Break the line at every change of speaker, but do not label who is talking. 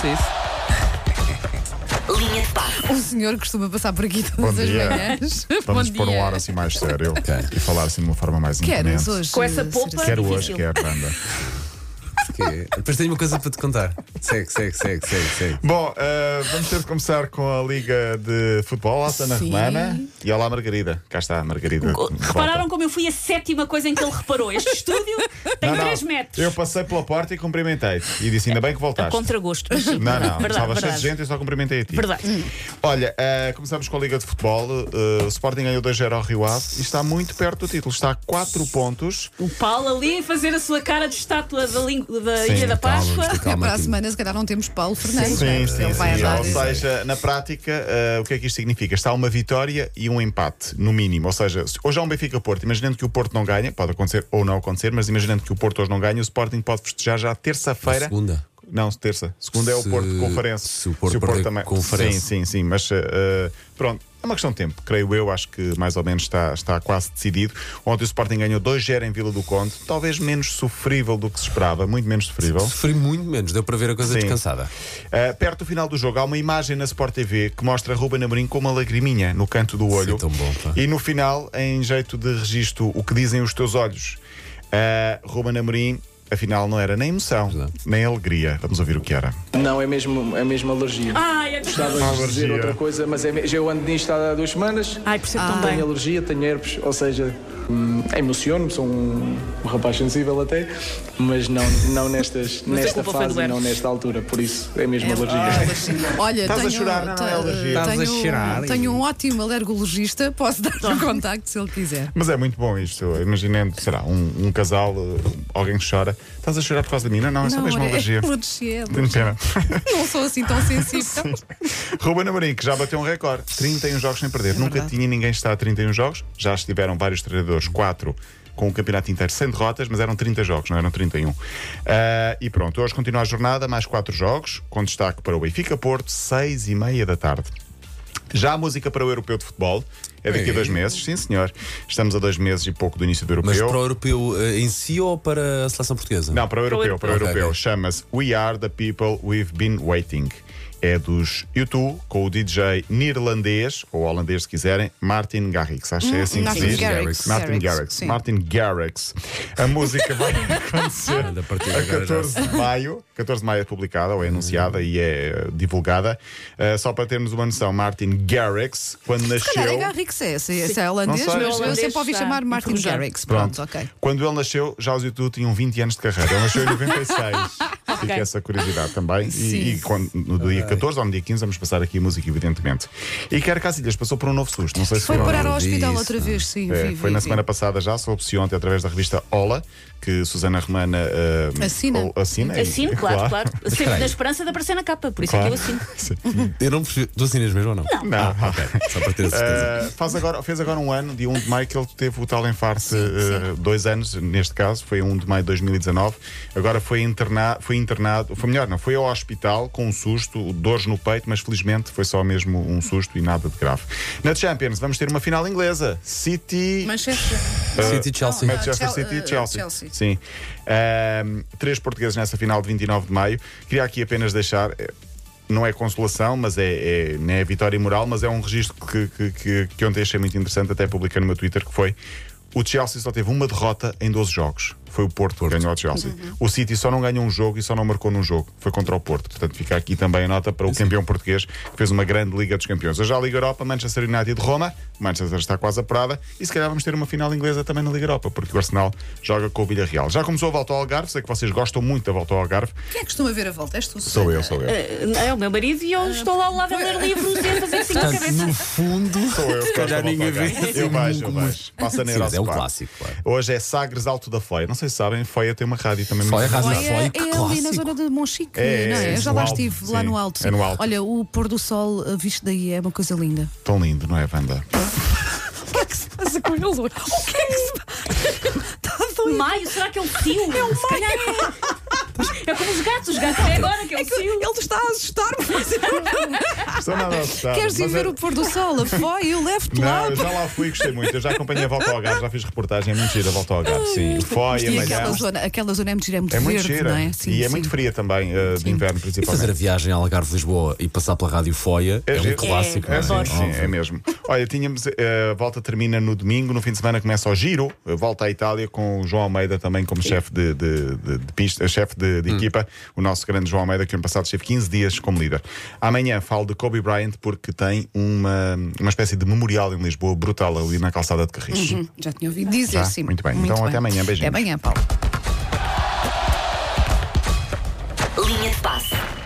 Sim, sim.
Linha de passe.
O senhor costuma passar por aqui todas
Bom
as
dia.
manhãs.
Vamos
Bom
pôr um
dia.
ar assim mais sério e falar assim de uma forma mais
Queres
imponente.
hoje? assim?
Com essa polpa?
Quero hoje,
Difícil.
quero, anda.
Porque- é? Depois tenho uma coisa para te contar. Segue, segue, segue, segue, segue.
Bom, eh, vamos ter de começar com a Liga de Futebol. Olá, Sana
Sim.
Romana. E olá, Margarida. Cá está a Margarida. de volta.
Repararam como eu fui a sétima coisa em que ele reparou. Este estúdio tem
Não, não.
3 metros.
Eu passei pela porta e cumprimentei-te. E disse: ainda bem que
A
voltaste.
contragosto. mas sim.
Não, não,
Verdade,
estava cheio de
verdade.
gente e só cumprimentei a ti.
Verdade.
Olha, eh, começamos com a Liga de Futebol. Eh, o Sporting ganhou 2-0 ao Rio Ave e está muito perto do título. Está a 4 pontos.
O Paulo ali a fazer a sua cara de estátua da, língua- da
Sim,
Ilha da
calma,
Páscoa.
isto
É
calma
para a
aqui.
semana, se calhar não temos Paulo Fernandes. não é?
Sim,
Porque
sim,
ele vai
sim.
andar. assim.
Ou seja, na prática, eh, o que é que isto significa? Está uma vitória e um empate, no mínimo. Ou seja, se- hoje há um Benfica-Porto. Imaginando que o Porto não ganha, pode acontecer ou não acontecer, mas imaginando que o Porto hoje não ganha, o Sporting pode festejar já terça-feira.
Na segunda.
Não, terça. Segunda é o
Se-
Porto com o Farense.
se o Porto perder com o Farense.
Sim, sim, sim. Mas eh, pronto, é uma questão de tempo. Creio eu, acho que mais ou menos está, está quase decidido. Ontem o Sporting ganhou 2-0 em Vila do Conde. Talvez menos sofrível do que se esperava. Muito menos sofrível.
Sofri muito menos, deu para ver a coisa
Sim.
descansada.
Uh, perto do final do jogo há uma imagem na Sport TV que mostra Ruben Amorim com uma lagriminha no canto do olho.
é tão bom, pá.
E no final, em jeito de registro, o que dizem os teus olhos. Uh, Ruben Amorim, afinal, não era nem emoção,
Verdade.
nem alegria. Vamos ouvir o que era.
Não, é mesmo, é mesmo alergia.
Ai, é
Estava a
Alergia.
dizer outra coisa, mas é, me- já eu ando nisto há duas semanas.
Ai, percebo
Ah.
tão
Tenho
bem.
alergia, tenho herpes, ou seja, hum, emociono-me, sou um, um rapaz sensível até, mas não, não nestas, nesta
culpa foi do herpes.
fase,
Ah,
não nesta altura, por isso é mesmo alergia.
Olha,
Estás a
tenho,
chorar, não, não, é
te-
alergia.
tenho,
Estás a chorar.
tenho um ótimo alergologista, posso dar o contacto se ele quiser.
Mas é muito bom isto. Imaginando, sei lá, um, um casal, uh, alguém que chora. Estás a chorar por causa de mim? Não, não, é só mesmo
é
alergia.
alergia.
Tenho pena.
Não sou assim tão sensível.
Ruben Amorim, que já bateu um recorde, 31 jogos sem perder. Nunca
verdade.
tinha ninguém está a 31 jogos. Já estiveram vários treinadores, 4 com o campeonato inteiro sem derrotas, mas eram 30 jogos, não eram 31. Ah, e pronto, hoje continua a jornada, mais 4 jogos, com destaque para o Benfica Porto, 6 e meia da tarde. Já a música para o Europeu de Futebol é daqui a
É.
dois meses, sim senhor. Estamos a dois meses e pouco do início do Europeu.
Mas para o europeu eh, em si ou para a seleção portuguesa?
Não, para o europeu,
europeu.
para o
Ok,
europeu.
ok.
Chama-se We Are the People We've Been Waiting. É dos YouTube, com o DJ neerlandês, ou holandês se quiserem, Martin Garrix. Acho que é assim que se
Martin
diz.
Garrix.
Martin
Garrix,
Garrix.
sim.
Martin Garrix. A música vai acontecer
Anda, a partir de
a
agora já.
14 de maio. 14 de maio é publicada, ou é anunciada e é eh, divulgada. Eh, só para termos uma noção, Martin Garrix, quando nasceu.
Calhar é Garrix, é, esse, esse é holandês,
Não sei.
mas eu
Holandês
sempre ouvi
está
chamar Martin
enferrujado.
Garrix. Pronto, ok.
Quando ele nasceu, já os YouTube tinham 20 anos de carreira. Ele nasceu em 96. Fica essa curiosidade também.
Sim.
E, e quando- no dia 14 ou no dia 15 vamos passar aqui a música, evidentemente. E Quero Casilhas passou por um novo susto. Não sei se
Foi
viram.
parar ao
disso,
hospital
não.
outra vez, sim.
É,
vi,
foi
vi,
na
vi.
semana passada já, soube-se ontem através da revista Ola, que Susana Romana eh,
Assina.
ou- assina.
Assino,
e-
Assim, claro, claro. Sempre
Estranho.
na esperança de aparecer na capa, por isso
Claro.
é que eu assino.
Sim.
Eu não percebi. Tu assinas mesmo ou não? Não.
Não.
Só para ter a certeza.
Uh, faz agora, fez agora um ano, dia 1 de maio, que ele teve o tal enfarte, uh, dois anos, neste caso, foi 1 de maio de 2019. Agora foi, interna foi internado, foi melhor, não, foi ao hospital com um susto, dores no peito, mas felizmente foi só mesmo um susto e nada de grave. Na Champions, vamos ter uma final inglesa: City.
Manchester.
Eh,
City e Chelsea.
Não, não.
Manchester
Chel-
City e
eh,
Chelsea.
Chelsea.
Sim. Ahm, três portugueses nessa final de 29 de maio. Queria aqui apenas deixar. eh, Não é consolação, mas é, é, não é vitória moral, mas é um registro que, que, que, que ontem achei muito interessante, até publiquei no meu Twitter, que foi o Chelsea só teve uma derrota em 12 jogos. Foi o Porto que ganhou ao Chelsea.
Uhum.
O City só não ganhou um jogo e só não marcou num jogo. Foi contra o Porto. Portanto, fica aqui também a nota para o campeão português, que fez uma grande Liga dos Campeões. Hoje há a Liga Europa, Manchester United de Roma. Manchester está quase apurada. E se calhar vamos ter uma final inglesa também na Liga Europa, porque o Arsenal joga com o Villarreal. Já começou a volta ao Algarve. Sei que vocês gostam muito da volta ao Algarve.
Quem é que costuma ver a volta? És tu,
Sou
Susana?
eu, sou eu.
É o meu marido e eu estou lá ao lado a ler livros e a fazer assim com a
Portanto,
cabeça.
no fundo.
Sou eu, que gosto da
calhar ninguém
Volta ao
vê.
Algarve. Eu baixo, eu baixo. Passa na
Sim, mas é um
Eurospar.
clássico, claro.
Hoje é Sagres Alto da Foia. Não sei se sabem, Foia tem uma rádio também.
Foia
muito-
Rádio
Ou
Não,
é,
foi, que
é ali na
clássico.
zona de Monchique,
É,
não é?
é,
Eu já
no
lá
alto,
estive, lá
sim.
no alto.
É no alto.
Olha, o pôr do sol eh, visto daí é uma coisa linda.
Tão lindo, não é, Wanda?
O que é que se passa com ele hoje? O que é que se passa? Está doido.
Maio, será que é um fio? É um maio. É como os gatos, os gatos é agora que é o
que ele
cio.
está a assustar-me. mas
Estou nada a assustar,
Queres ir
mas
ver
é-
o pôr do sol? A foi, eu levo-te lá.
Não, eu já lá fui, gostei muito. Eu já acompanhei a volta ao Algarve, já fiz reportagem, é muito gira a volta ao Algarve. Sim, foi
E aquela
amanhã.
zona, aquela zona é muito gira, é muito
É muito
verde,
gira.
não é?
e é muito fria também, eh, de inverno
E fazer a
principalmente.
viagem a Algarve-Lisboa e passar pela Rádio Foia é, um
giro.
clássico,
É,
não
sim,
é?
sim, é mesmo. Olha, tínhamos. eh, A volta termina no domingo, no fim de semana começa o giro. eh, Volta à Itália com o João Almeida também como chefe de, de, de- de pista, chefe de, de equipa, o nosso grande João Almeida, que ano passado esteve 15 dias como líder. Amanhã falo de Kobe Bryant porque tem uma, uma espécie de memorial em Lisboa brutal ali na calçada de Carris.
Hum, Já tinha ouvido dizer,
Já?
sim.
Muito bem. Então, até amanhã.
Até
Beijinhos.
amanhã, Paulo.
Linha de passe.